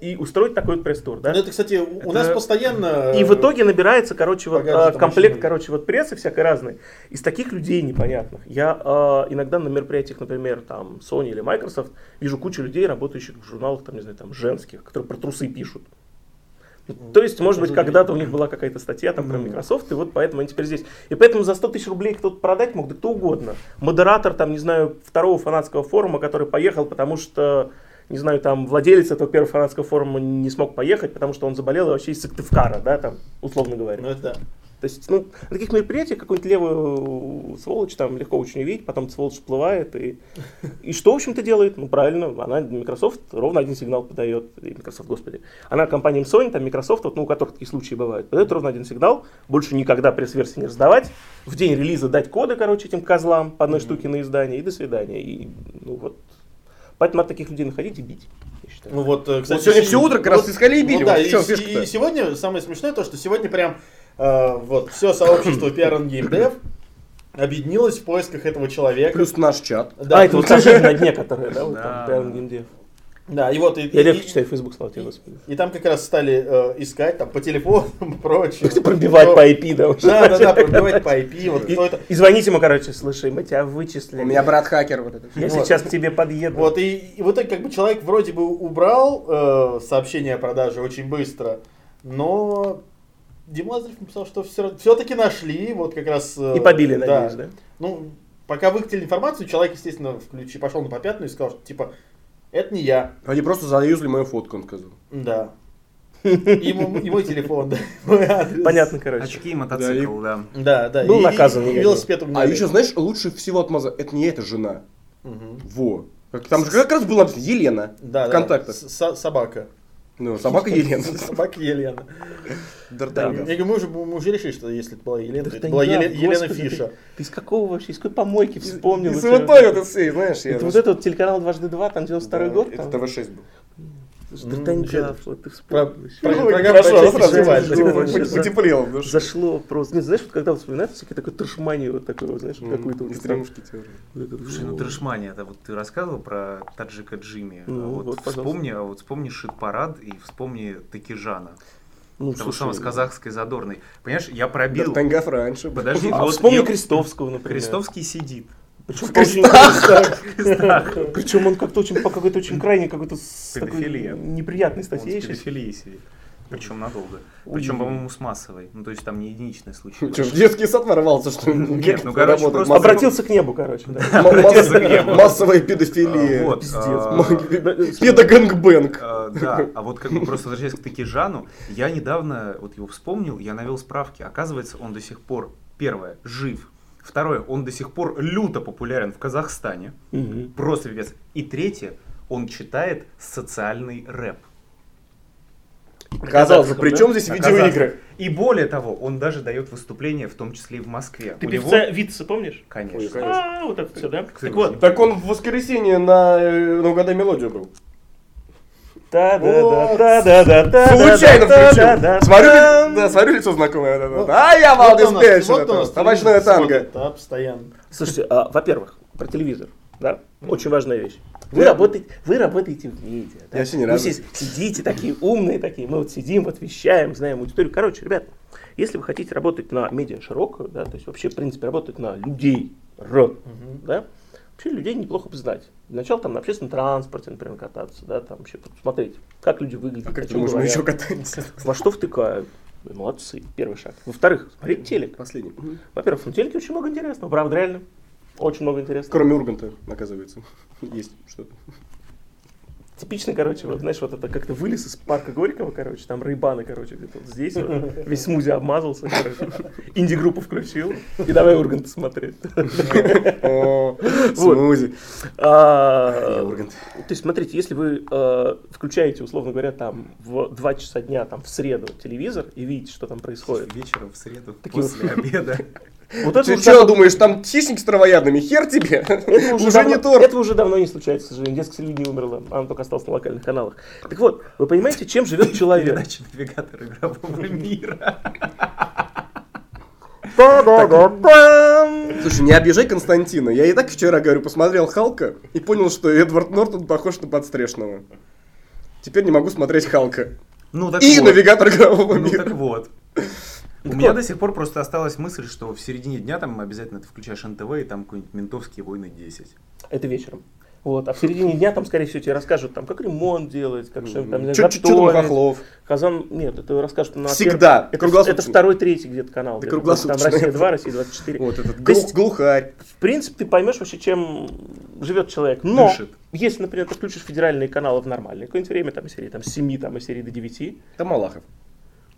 И устроить такой вот пресс-тур, да? Ну, это, кстати, у у нас Это- постоянно... И в итоге набирается, короче, вот Багажи э, Э, там очень комплект, много. короче, вот прессы всякой разной. Из таких людей непонятных. Я э, иногда на мероприятиях, например, там Sony или Microsoft, вижу кучу людей, работающих в журналах, там, не знаю, там, женских, которые про трусы пишут. Ну, То есть, может быть, когда-то у них была какая-то статья там про Microsoft, и вот поэтому они теперь здесь. И поэтому за 100 тысяч рублей кто-то продать мог, да кто угодно. Модератор, там, не знаю, второго фанатского форума, который поехал, потому что, не знаю, там, владелец этого первого фанатского форума не смог поехать, потому что он заболел и вообще из Сыктывкара, да, там, условно говоря. Ну, это да. То есть, ну, на таких мероприятиях какую-нибудь левую сволочь там легко очень увидеть, потом эта сволочь всплывает. И, и что, в общем-то, делает? Ну, правильно, она Microsoft ровно один сигнал подает. И Microsoft, господи. Она компаниям Sony, там Microsoft, вот, ну, у которых такие случаи бывают, подает ровно один сигнал, больше никогда пресс-версии не раздавать, в день релиза дать коды, короче, этим козлам по одной штуке на издание, и до свидания. И, ну, вот. Поэтому надо таких людей находить и бить, я считаю. Ну вот, э, кстати, Вот сегодня и- все утро как раз вот- искали и ну били. да, Вот в и, чём с- фишка-то? и сегодня самое смешное то, что сегодня прям э, вот все сообщество PR and Game Dev объединилось в поисках этого человека. Плюс наш чат. Да, ну, а, это вот Сашина на дне, которая, да, вот Да. там, прям геймдев. да, и вот и, Я и- редко читаю Facebook, слава тебе, господи. и там как раз стали э, искать там по телефону прочее. Как-то пробивать по IP, да, уже. Да, да, да, пробивать по IP, вот И, кто Ну, это. и звонить ему, короче, слушай, мы тебя вычислили. У меня брат хакер вот этот. Я Вот. сейчас к тебе подъеду. Вот и, и вот так как бы человек вроде бы убрал э, сообщение о продаже очень быстро, но Дима Лазарев написал, что все-таки нашли, вот как раз... э, И побили, да. надеюсь, да? Ну, пока выкатили информацию, человек, естественно, включи, пошел на попятную и сказал, что типа, это не я. Они просто заюзли мою фотку, он сказал. Да. И мой, и мой телефон, да. мой адрес. Понятно, короче. Очки и мотоцикл, да. Да, да. Был и- наказан, И, и я велосипед у меня. А нет. еще, знаешь, лучше всего отмаза. Это не эта жена. Мгм. Во. Как- Там же как раз было написано Елена. Да, в да. контактах. С- со- Собака. Ну, собака Елена. Собака Елена. Я Д'Артаньян. говорю, мы уже, мы уже решили, что если это была Елена, то это Да была не Еле- надо, Елена господи, Фиша. Ты, ты из какого вообще, из какой помойки вспомнил? И это? золотой вот этот сей, знаешь, я- Это вот этот вот телеканал «Дважды два», там 92 Да, год. Это там. ТВ-6 был. Слушай, Д'Артаньян, вот ты вспомнил. про- Ой, программа хорошо, «Почти она сразу фестиваль». потеплела, Думаю, сейчас, да. Типа, потеплело, потому что- Зашло просто. Не, знаешь, вот когда вспоминают всякие такой трешманию вот такой, вот, знаешь, вот какую-то Из вот «Три там- мушкетера». Слушай, ну трэшмания, это вот ты рассказывал про таджика Джимми. Ну, а вот, вот, пожалуйста. вспомни, а вот вспомни шит-парад и вспомни Такижана. Ну, Того самого слушай, с казахской задорной. Понимаешь, я пробил. Тангав раньше. был. Подожди, А вот вспомни я- Крестовского, например. Крестовский сидит. Причем очень... Причем он как-то очень по какой-то очень крайне какой-то с такой Педофилия. неприятной Он с статьей. сейчас. педофилией сидит. Причем надолго. Причем, по-моему, с массовой. Ну, то есть там не единичный случай. Че, в детский сад ворвался, что ли? Нет, ну, короче, Работает. просто- Масс- Обратился к небу, короче. да. ма- обратился к масс- небу. Массовая А, педофилия. вот, Пиздец. а, Ма- Педогангбэнг. Э, Да, а вот как бы просто возвращаясь к Такижану, я недавно вот его вспомнил, я навел справки. Оказывается, он до сих пор, первое, жив. Второе, он до сих пор люто популярен в Казахстане. Мгм. Просто пипец. И третье, он читает социальный рэп. Казалось бы, при чем здесь На видеоигры? казахском. И более того, он даже дает выступления, в том числе и в Москве. Ты У него- певца Витца помнишь? Ой, Конечно. конечно. А, вот это все, да? Кстати, Так вот. Так он в воскресенье на э, «Ну, угадай мелодию» был. Вот. Та-да-да-та-да-да-да-да-да-да. Случайно Да-да. включил. Смотрю, ли- да, смотрю лицо знакомое. да, да, да. А я Валдис Пешин. Табачное танго. Да, постоянно. Слушайте, а, во-первых, про телевизор. Да? Очень важная вещь. Вы работаете, вы работаете в медиа. да? Я вообще не Вы радуюсь. все сидите такие умные, такие. Мы вот сидим, вот вещаем, знаем аудиторию. Короче, ребят, если вы хотите работать на медиа широкую, да, то есть вообще, в принципе, работать на людей, р, да, вообще людей неплохо бы знать. Для начала там на общественном транспорте, например, кататься, да, там вообще смотреть, как люди выглядят, А о как чем мы можем говорят, еще катаемся? во что втыкают. Вы Молодцы, первый шаг. Во-вторых, смотреть телек. Последний. Во-первых, на телеке очень много интересного, правда, реально. Очень много интересного. Кроме Урганта, оказывается. Есть что-то. Типично, короче, вот, знаешь, вот это как-то вылез из парка Горького, короче, там рыбаны, короче, где-то вот здесь, вот, весь смузи обмазался, короче, инди-группу включил, и давай Ургант смотреть. О, Смузи. Я А, Ургант. То есть, смотрите, если вы э, включаете, условно говоря, там в 2 часа дня, там в среду телевизор и видите, что там происходит. Вечером в среду, Такие вот- после обеда. Вот это Ты уже давно- что думаешь, там хищник с травоядными? Хер тебе! Этого уже, Уже давно, не торт. этого уже давно не случается, к сожалению. Детское телевидение умерло, оно только осталось на локальных каналах. Так вот, вы понимаете, чем живет человек? Передача «Навигатор игрового мира». Слушай, не обижай Константина. Я и так вчера, говорю, посмотрел Халка и понял, что Эдвард Нортон похож на подстрешного. Теперь не могу смотреть Халка. Ну, так И вот. навигатор игрового Ну так мира. вот. У Так меня вот. до сих пор просто осталась мысль, что в середине дня там обязательно ты включаешь НТВ и там какой-нибудь ментовские войны 10. Это вечером. Вот. А в середине дня там, скорее всего, тебе расскажут, там, как ремонт делать, как что-нибудь там, не Чё знаю, чё там готовить. Хохлов? Казан, нет, это расскажут на Всегда, первом- а Это, круглосуточно. это второй, третий где-то канал. Да, где-то. круглосуточно. Там Россия 2, Россия 24. Вот этот То есть- глух- глухарь. В принципе, ты поймешь вообще, чем живет человек. Но, Дышит. если, например, ты включишь федеральные каналы в нормальное какое-нибудь время, там, из серии там, с 7, там, из серии до 9, Там Малахов.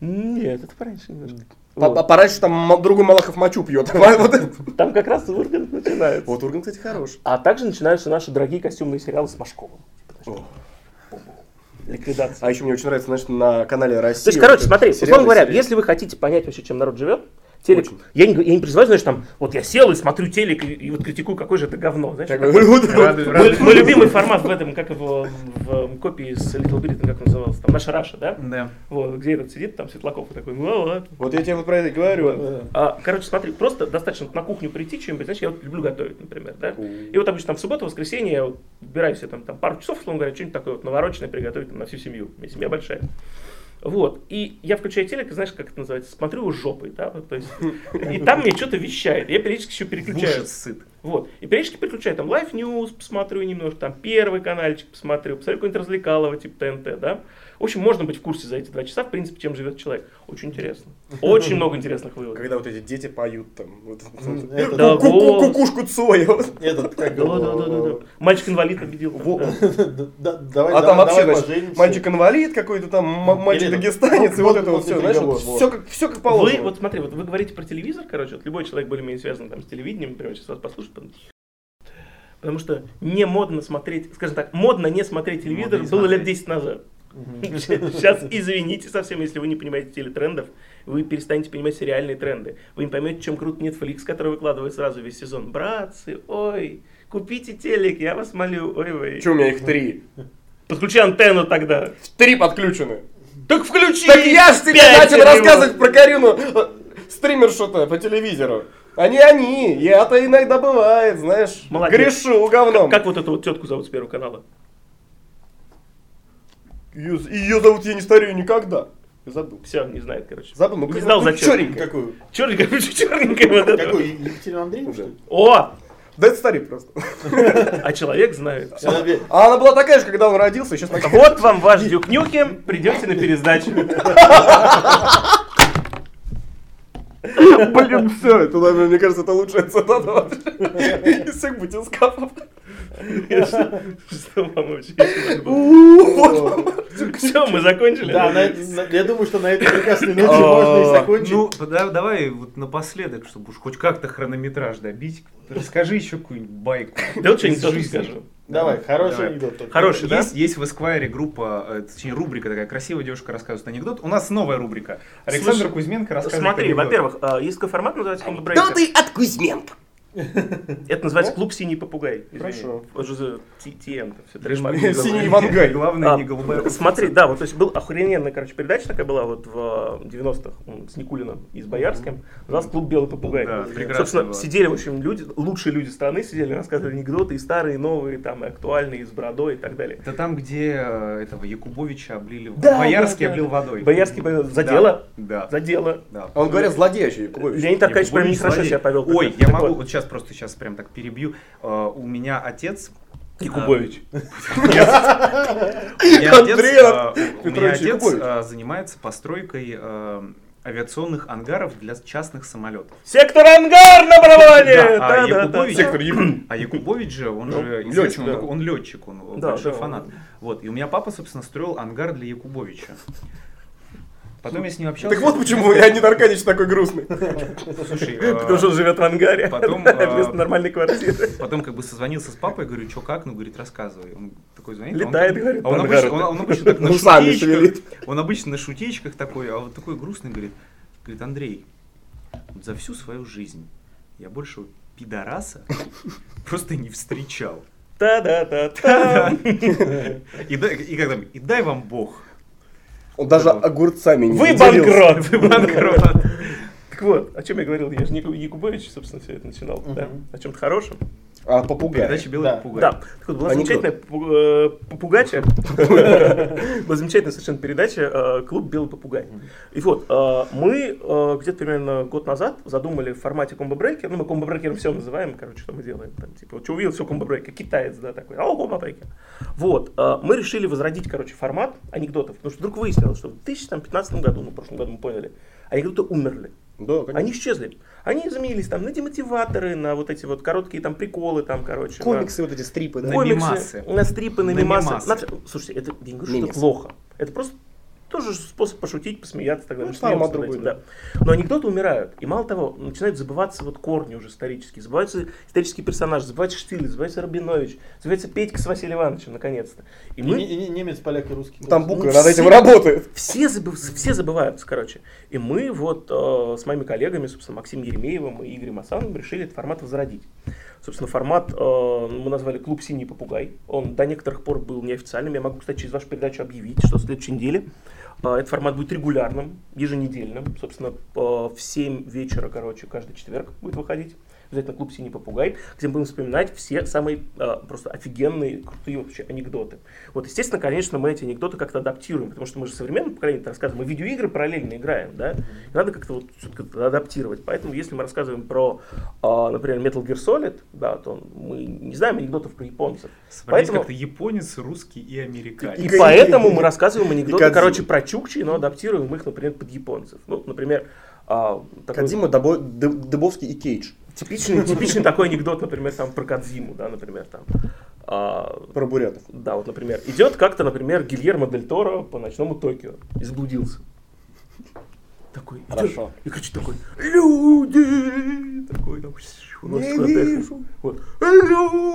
нет, это пораньше немножко. По- Вот. по- Пораньше там ма- другой Малахов мочу пьет. А Вот это. Там как раз Ургант начинается. Вот Ургант, кстати, хорош. А также начинаются наши дорогие костюмные сериалы с Машковым. О. Ликвидация. А еще мне очень нравится, значит, на канале Россия. То есть, короче, смотри, условно говоря, если вы хотите понять вообще, чем народ живет, телек, Очень. я не, г- я не призываю, знаешь, там, вот я сел и смотрю телек и, и вот критикую, какое же это говно, знаешь, такой- Радует, мой, радует. мой любимый формат в этом, как его в копии с Little Britain, как он назывался, там, наша Раша, да? Да. Вот, где этот сидит, там Светлаков и такой, ну ладно. Вот я тебе вот про это говорю. А, короче, смотри, просто достаточно на кухню прийти чем-нибудь, знаешь, я вот люблю готовить, например, да? И вот обычно там в субботу, воскресенье я вот убираю себе там, там пару часов, условно говоря, что-нибудь такое вот навороченное приготовить там, на всю семью, у меня семья большая. Вот, и я включаю телек, и знаешь, как это называется, смотрю жопой, да, вот, то есть, и там мне что-то вещает, я периодически еще переключаю. Бушит сыт. Вот. И периодически переключаю, там Life News посмотрю немножко, там первый каналчик посмотрю, посмотрю какой-нибудь развлекалово, типа ТНТ, да. В общем, можно быть в курсе за эти два часа, в принципе, чем живет человек. Очень интересно. Очень много интересных выводов. Когда вот эти дети поют там. вот это вот. М, это- Да, Ку- ку- голос. Кукушку Цоя. вот. Этот, как Да, да, да, да, да. Мальчик-инвалид победил. там, Во. да. да. Давай, А там вообще, давай значит, поженимся. мальчик-инвалид какой-то там, м- мальчик-дагестанец, вот, и вот вот, это вот вот все, и знаешь, приговор, вот. все как, все как Вы, положено. вот смотри, вот вы говорите про телевизор, короче, вот любой человек более-менее связан там, с телевидением, например, сейчас вас послушает, потом, потому что не модно смотреть, скажем так, модно не смотреть телевизор не было лет смотреть. 10 назад. Сейчас извините совсем, если вы не понимаете телетрендов, вы перестанете понимать сериальные тренды. Вы не поймете, чем крут Netflix, который выкладывает сразу весь сезон. Братцы, ой, купите телек, я вас молю, ой, вы. Че, у меня их три. Подключи антенну тогда. Три подключены. Так включи! Так я ж тебе пять начал или рассказывать восемь. про Карину э, стримершу-то по телевизору. Они они, я-то иногда бывает, знаешь, Молодец. грешу говном. Как вот эту вот тетку зовут с Первого канала? Ее, ее зовут я не старею никогда. Я забыл. Все, не знает, короче. Забыл, ну Не знал, зачем. чёрненько. Какую? Черненькая, короче, черненькая вот это. Какую? Е- Екатерину Андреевну, что ли? О! Да это старик просто. А человек знает. всё. А она была такая же, когда он родился, и сейчас такая. Вот вам ваш дюкнюки, придете на пересдачу. Блин, все, это, наверное, мне кажется, это лучшая цитата вообще. Из всех бутинскапов. Что вам вообще еще надо А Все, мы закончили. Да, на это- на- я думаю, что на этой прекрасной ноте можно и А, Ну, закончить. да- давай вот напоследок, чтобы уж хоть как-то хронометраж добить, расскажи еще какую-нибудь байку. Да вот что-нибудь из тоже жизни. скажу. Давай, хороший давай. анекдот. только. Хороший, да? Есть, есть в Esquire группа, э, точнее рубрика такая, красивая девушка рассказывает анекдот. У нас новая рубрика. Александр Слушай, Кузьменко рассказывает Смотри, анекдот. во-первых, а, есть такой формат, называется Combo Да Breaker. ты от Кузьменко. Это называется клуб «Синий попугай». Хорошо. ТМ. Синий Ивангай. Главное, не голубая А, Смотри, да, вот то есть был охрененная, короче, передача такая была вот в э, 90-х м, с Никулиным и с Боярским. Называлась клуб «Белый попугай». Да, прекрасно Собственно, было. сидели, в общем, люди, лучшие люди страны сидели, рассказывали анекдоты, и старые, и новые, там, и актуальные, и с бородой, и так далее. Это там, где э, этого Якубовича облили... Да, Боярский да, да, облил да. водой. Боярский облил- за дело? Да. За дело. да. А он говорит, злодей вообще, Якубович. Леонид Аркадьевич прям Якубович нехорошо злодей. себя повел. как Ой, раз. я Так могу, вот, вот сейчас просто сейчас прям так перебью. Э, У меня отец... Якубович. У меня отец, Андрей э, у меня Петрович отец Якубович. э, занимается постройкой э, авиационных ангаров для частных самолетов. Сектор ангар на барабане! Да, а Да-да-да. Якубович, Сектор Якуб. а Якубович же, он Ну, же лётчик, летчик, да. он летчик, он Да, большой да, фанат. он- Вот, и у меня папа, собственно, строил ангар для Якубовича. Потом я с ним общался. Так вот почему Леонид Аркадьевич такой грустный. Слушай, э, Потому что он живет в ангаре. потом, Вместо а, нормальной квартиры. потом как бы созвонился с папой, говорю, что как? Ну, говорит, рассказывай. Он такой звонит. а он- Летает, Ну, говорит, А он по обычно, ангару. он- он обычно так на Усами шутеечках- шевелит. Он обычно на шутеечках такой, а вот такой грустный, говорит, говорит, Андрей, вот за всю свою жизнь я большего пидораса просто не встречал. Та-да-та-та. И, дай- и как там, и дай вам бог. Он даже огурцами не Вы поделился. банкрот! Вы банкрот. Так вот, о чем я говорил, я же Нику- Якубович, собственно, все это начинал, да? О чем-то хорошем. А попугай. Передача «Белый Да. попугай». Да, так вот, была Анекдот. замечательная попу- э, попугача, была замечательная совершенно передача э, «Клуб Белый попугай». И вот, э, мы э, где-то примерно год назад задумали в формате комбо-брейкер, ну мы комбо-брейкером все называем, короче, что мы делаем, там, типа, вот что увидел, все комбо-брейкер, китаец, да, такой, а комбо-брейкер. Вот, э, мы решили возродить, короче, формат анекдотов, потому что вдруг выяснилось, что в 2015 году, ну, в прошлом году мы поняли, анекдоты умерли. Да, конечно. Они исчезли. Они заменились там на демотиваторы, на вот эти вот короткие там приколы, там, короче. на- Комиксы вот эти стрипы, да? Ой, комиксы, мемасы. на стрипы, на, На мемасы. мемасы. На всё- Слушайте, это я не говорю, что это Мемес. плохо. Это просто тоже способ пошутить, посмеяться, тогда Ну, мы формат смеемся над другой, этим, да. Но анекдоты умирают. И мало того, начинают забываться вот корни уже исторические. Забываются исторические персонажи, забывается Штиль, забывается Рабинович, забывается Петька с Василием Ивановичем, наконец-то. И И мы не- и не- Немец, поляк и русский. Там буквы Ну, над все- этим работают. все, забыв- все забываются, короче. И мы вот э, с моими коллегами, собственно, Максимом Еремеевым и Игорем Асановым решили этот формат возродить. Собственно, формат э, мы назвали «Клуб Синий Попугай». Он до некоторых пор был неофициальным. Я могу, кстати, через вашу передачу объявить, что в следующей неделе э, этот формат будет регулярным, еженедельным. Собственно, э, в 7 вечера, короче, каждый четверг будет выходить. Обязательно клуб «Синий попугай», где мы будем вспоминать все самые э, просто офигенные, крутые вообще анекдоты. Вот, естественно, конечно, мы эти анекдоты как-то адаптируем, потому что мы же современное поколение это рассказываем, мы видеоигры параллельно играем, да, И надо как-то вот всё-таки это адаптировать. Поэтому, если мы рассказываем про, э, например, Metal Gear Solid, да, то мы не знаем анекдотов про японцев. Собрались Поэтому- как-то японец, русский и американец. И Кадзилу. поэтому мы рассказываем анекдоты, Кадзилу. короче, про чукчи, но адаптируем их, например, под японцев. Ну, например, а, такой- Кадима, Добо- Дыб- Дыбовский и Кейдж. Типичный, типичный такой анекдот, например, там про Кадзиму, да, например, там. А, Про бурятов. да, вот, например, идет как-то, например, Гильермо Дель Торо по ночному Токио и заблудился. Такой, идет, Хорошо. и кричит такой, люди, такой, там, уносит куда-то эхо. Вот.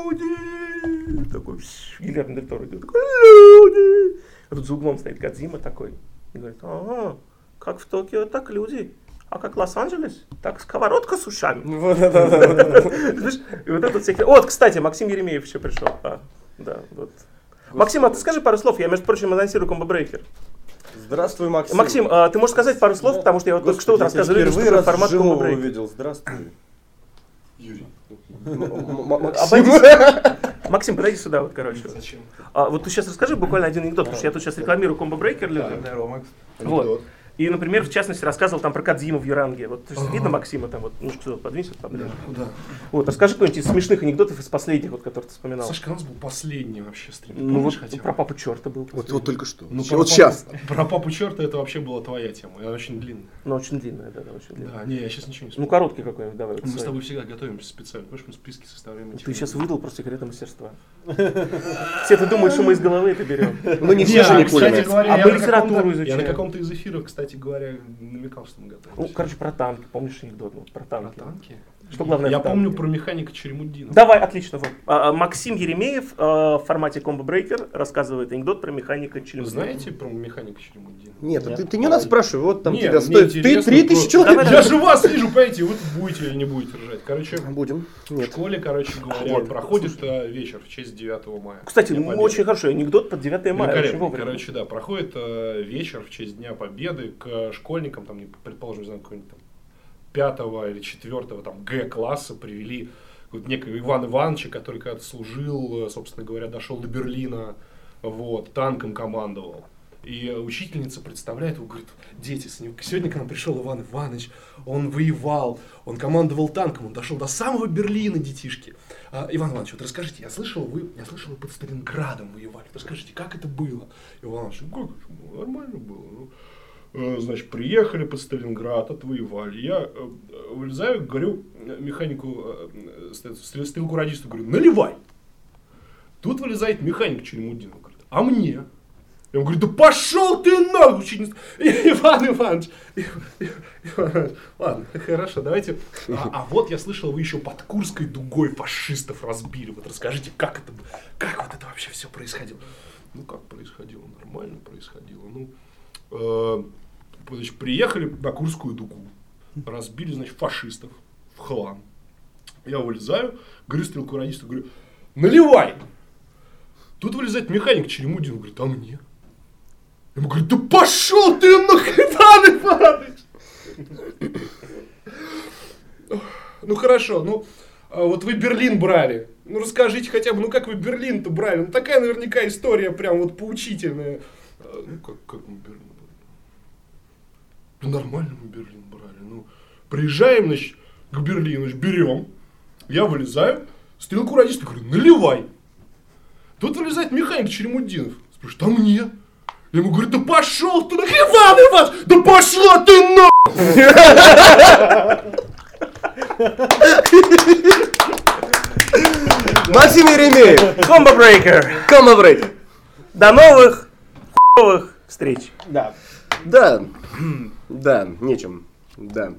Люди! Такой «Пш», Гильермо Дель Торо идет. такой, Люди! А тут за углом стоит Кадзима такой. И говорит, ага, как в Токио, так люди. А как Лос-Анджелес, так сковородка с ушами. Вот, да, да, да, да. Знаешь, и вот это вот всякие- Вот, кстати, Максим Еремеев еще пришел. А, да, вот. Максим, а ты скажи пару слов, я, между прочим, анонсирую комбо-брейкер. Здравствуй, Максим. Максим, а ты можешь сказать пару слов, потому что я вот только что вот Господи, я тебя рассказывал, людям, что такое впервые раз формат живого комбо-брейкер. увидел. Здравствуй. Обойдись. Максим, подойди сюда, вот, короче. А, Зачем? вот ты сейчас расскажи буквально один анекдот, потому что я тут сейчас рекламирую комбо-брейкер людям. Здорово, Макс. Вот. И, например, в частности, рассказывал там про Кадзиму в Юранге. Вот то есть, видно Максима там, вот, ну что, подвинься поближе. Куда? Вот, расскажи какой-нибудь из смешных анекдотов из последних, вот, которые ты вспоминал. Сашка, у нас был последний вообще стрим. ну вот помнишь хотя бы? про папу черта был. Вот- последний. только что. Ну, про папу- Про папу черта это вообще была твоя тема. Она очень длинная. Но очень длинная, да, да, очень длинная. Да, не, я сейчас ничего не Ну, вспомню. короткий какой-нибудь давай. вот Мы с свой. тобой всегда готовимся специально. Помнишь, мы списки составляем. эти Ты вот- сейчас выдал просто секреты мастерства. Все ты думаешь, что мы из головы это берем. Мы не все Не, же а, не кстати поняли. говоря, А я мы на литературу каком-то- изучаем. Я на каком-то из эфиров, кстати говоря, намекал, что мы Ну, готовимся. короче, про танки. Помнишь анекдот ну, про Про танки? танки. Что главное Я в танке? помню про механика Черемудина. Давай, отлично. вот. А, а, Максим Еремеев э, в формате Combo Breaker рассказывает анекдот про механика Вы Челюскина. знаете про механика Черемудина? Нет, ну Нет. ты, ты не у нас спрашивай, вот там Не, тебя мне стоит. Ты интересно 3000 просто. человек. Давай, Я же вас вижу, понимаете, вы тут будете или не будете ржать. Короче, Будем. в Нет. школе, короче говоря, Вот, проходит э, вечер в честь 9 мая. Кстати, Дня м, Победы. очень хороший анекдот про 9 мая. Очень Великолепно. вовремя. Короче, да, проходит э, вечер в честь Дня Победы к э, школьникам, там, не- предположим, не знаю, какой-нибудь там пятого или четвертого там Г-класса привели вот некого Ивана Ивановича, который когда-то служил, э, собственно говоря, дошел до Берлина, вот, танком командовал. И э, учительница представляет его, говорит, дети, с ним- сегодня к нам пришел Иван Иванович, он воевал, он командовал танком, он дошел до самого Берлина, детишки. А, Иван Иванович, вот расскажите, я слышал, вы, я слышал, вы под Сталинградом воевали, Вот расскажите, как это было? Иван Иванович, ну как, это было? нормально было, ну, Э, значит, приехали под Сталинград, отвоевали. Я э, э, вылезаю, говорю э, механику, э, э, стрел- стрел- стрелку-радисту, говорю, наливай. Тут вылезает механик Черемудин, он говорит, а мне? Я ему говорю, да пошел ты нахуй, ученица!» И- Иван Иванович, И- И- Иван Иванович, ладно, хорошо, давайте. А, а вот я слышал, вы еще под Курской дугой фашистов разбили. Вот расскажите, как это, было? как вот это вообще все происходило? Ну, как происходило? Нормально происходило. Ну, э, значит, приехали на Курскую дугу, разбили, значит, фашистов в хлам. Я вылезаю, говорю стрелку радисту, говорю, наливай! Тут вылезает механик Черемудин, говорит, а мне? Я ему говорю, да пошел ты нахуй, Иван Иванович! Ну хорошо, ну а вот вы Берлин брали. Ну расскажите хотя бы, ну как вы Берлин-то брали? Ну такая наверняка история прям вот поучительная. А, Ну как, как мы Берлин брали? Ну нормально мы Берлин брали. Ну приезжаем, значит, к Берлину, значит, берем. Я вылезаю, стрелку радисту говорю, наливай. Тут вылезает механик Черемудинов. Спрашивает, а мне? Я ему говорю, да пошел ты на Иван Иванович! Да пошла ты на! Максим Еремеев, Combo Breaker! Combo Break. До новых хуевых встреч! Да. Да. Да, нечем. Да.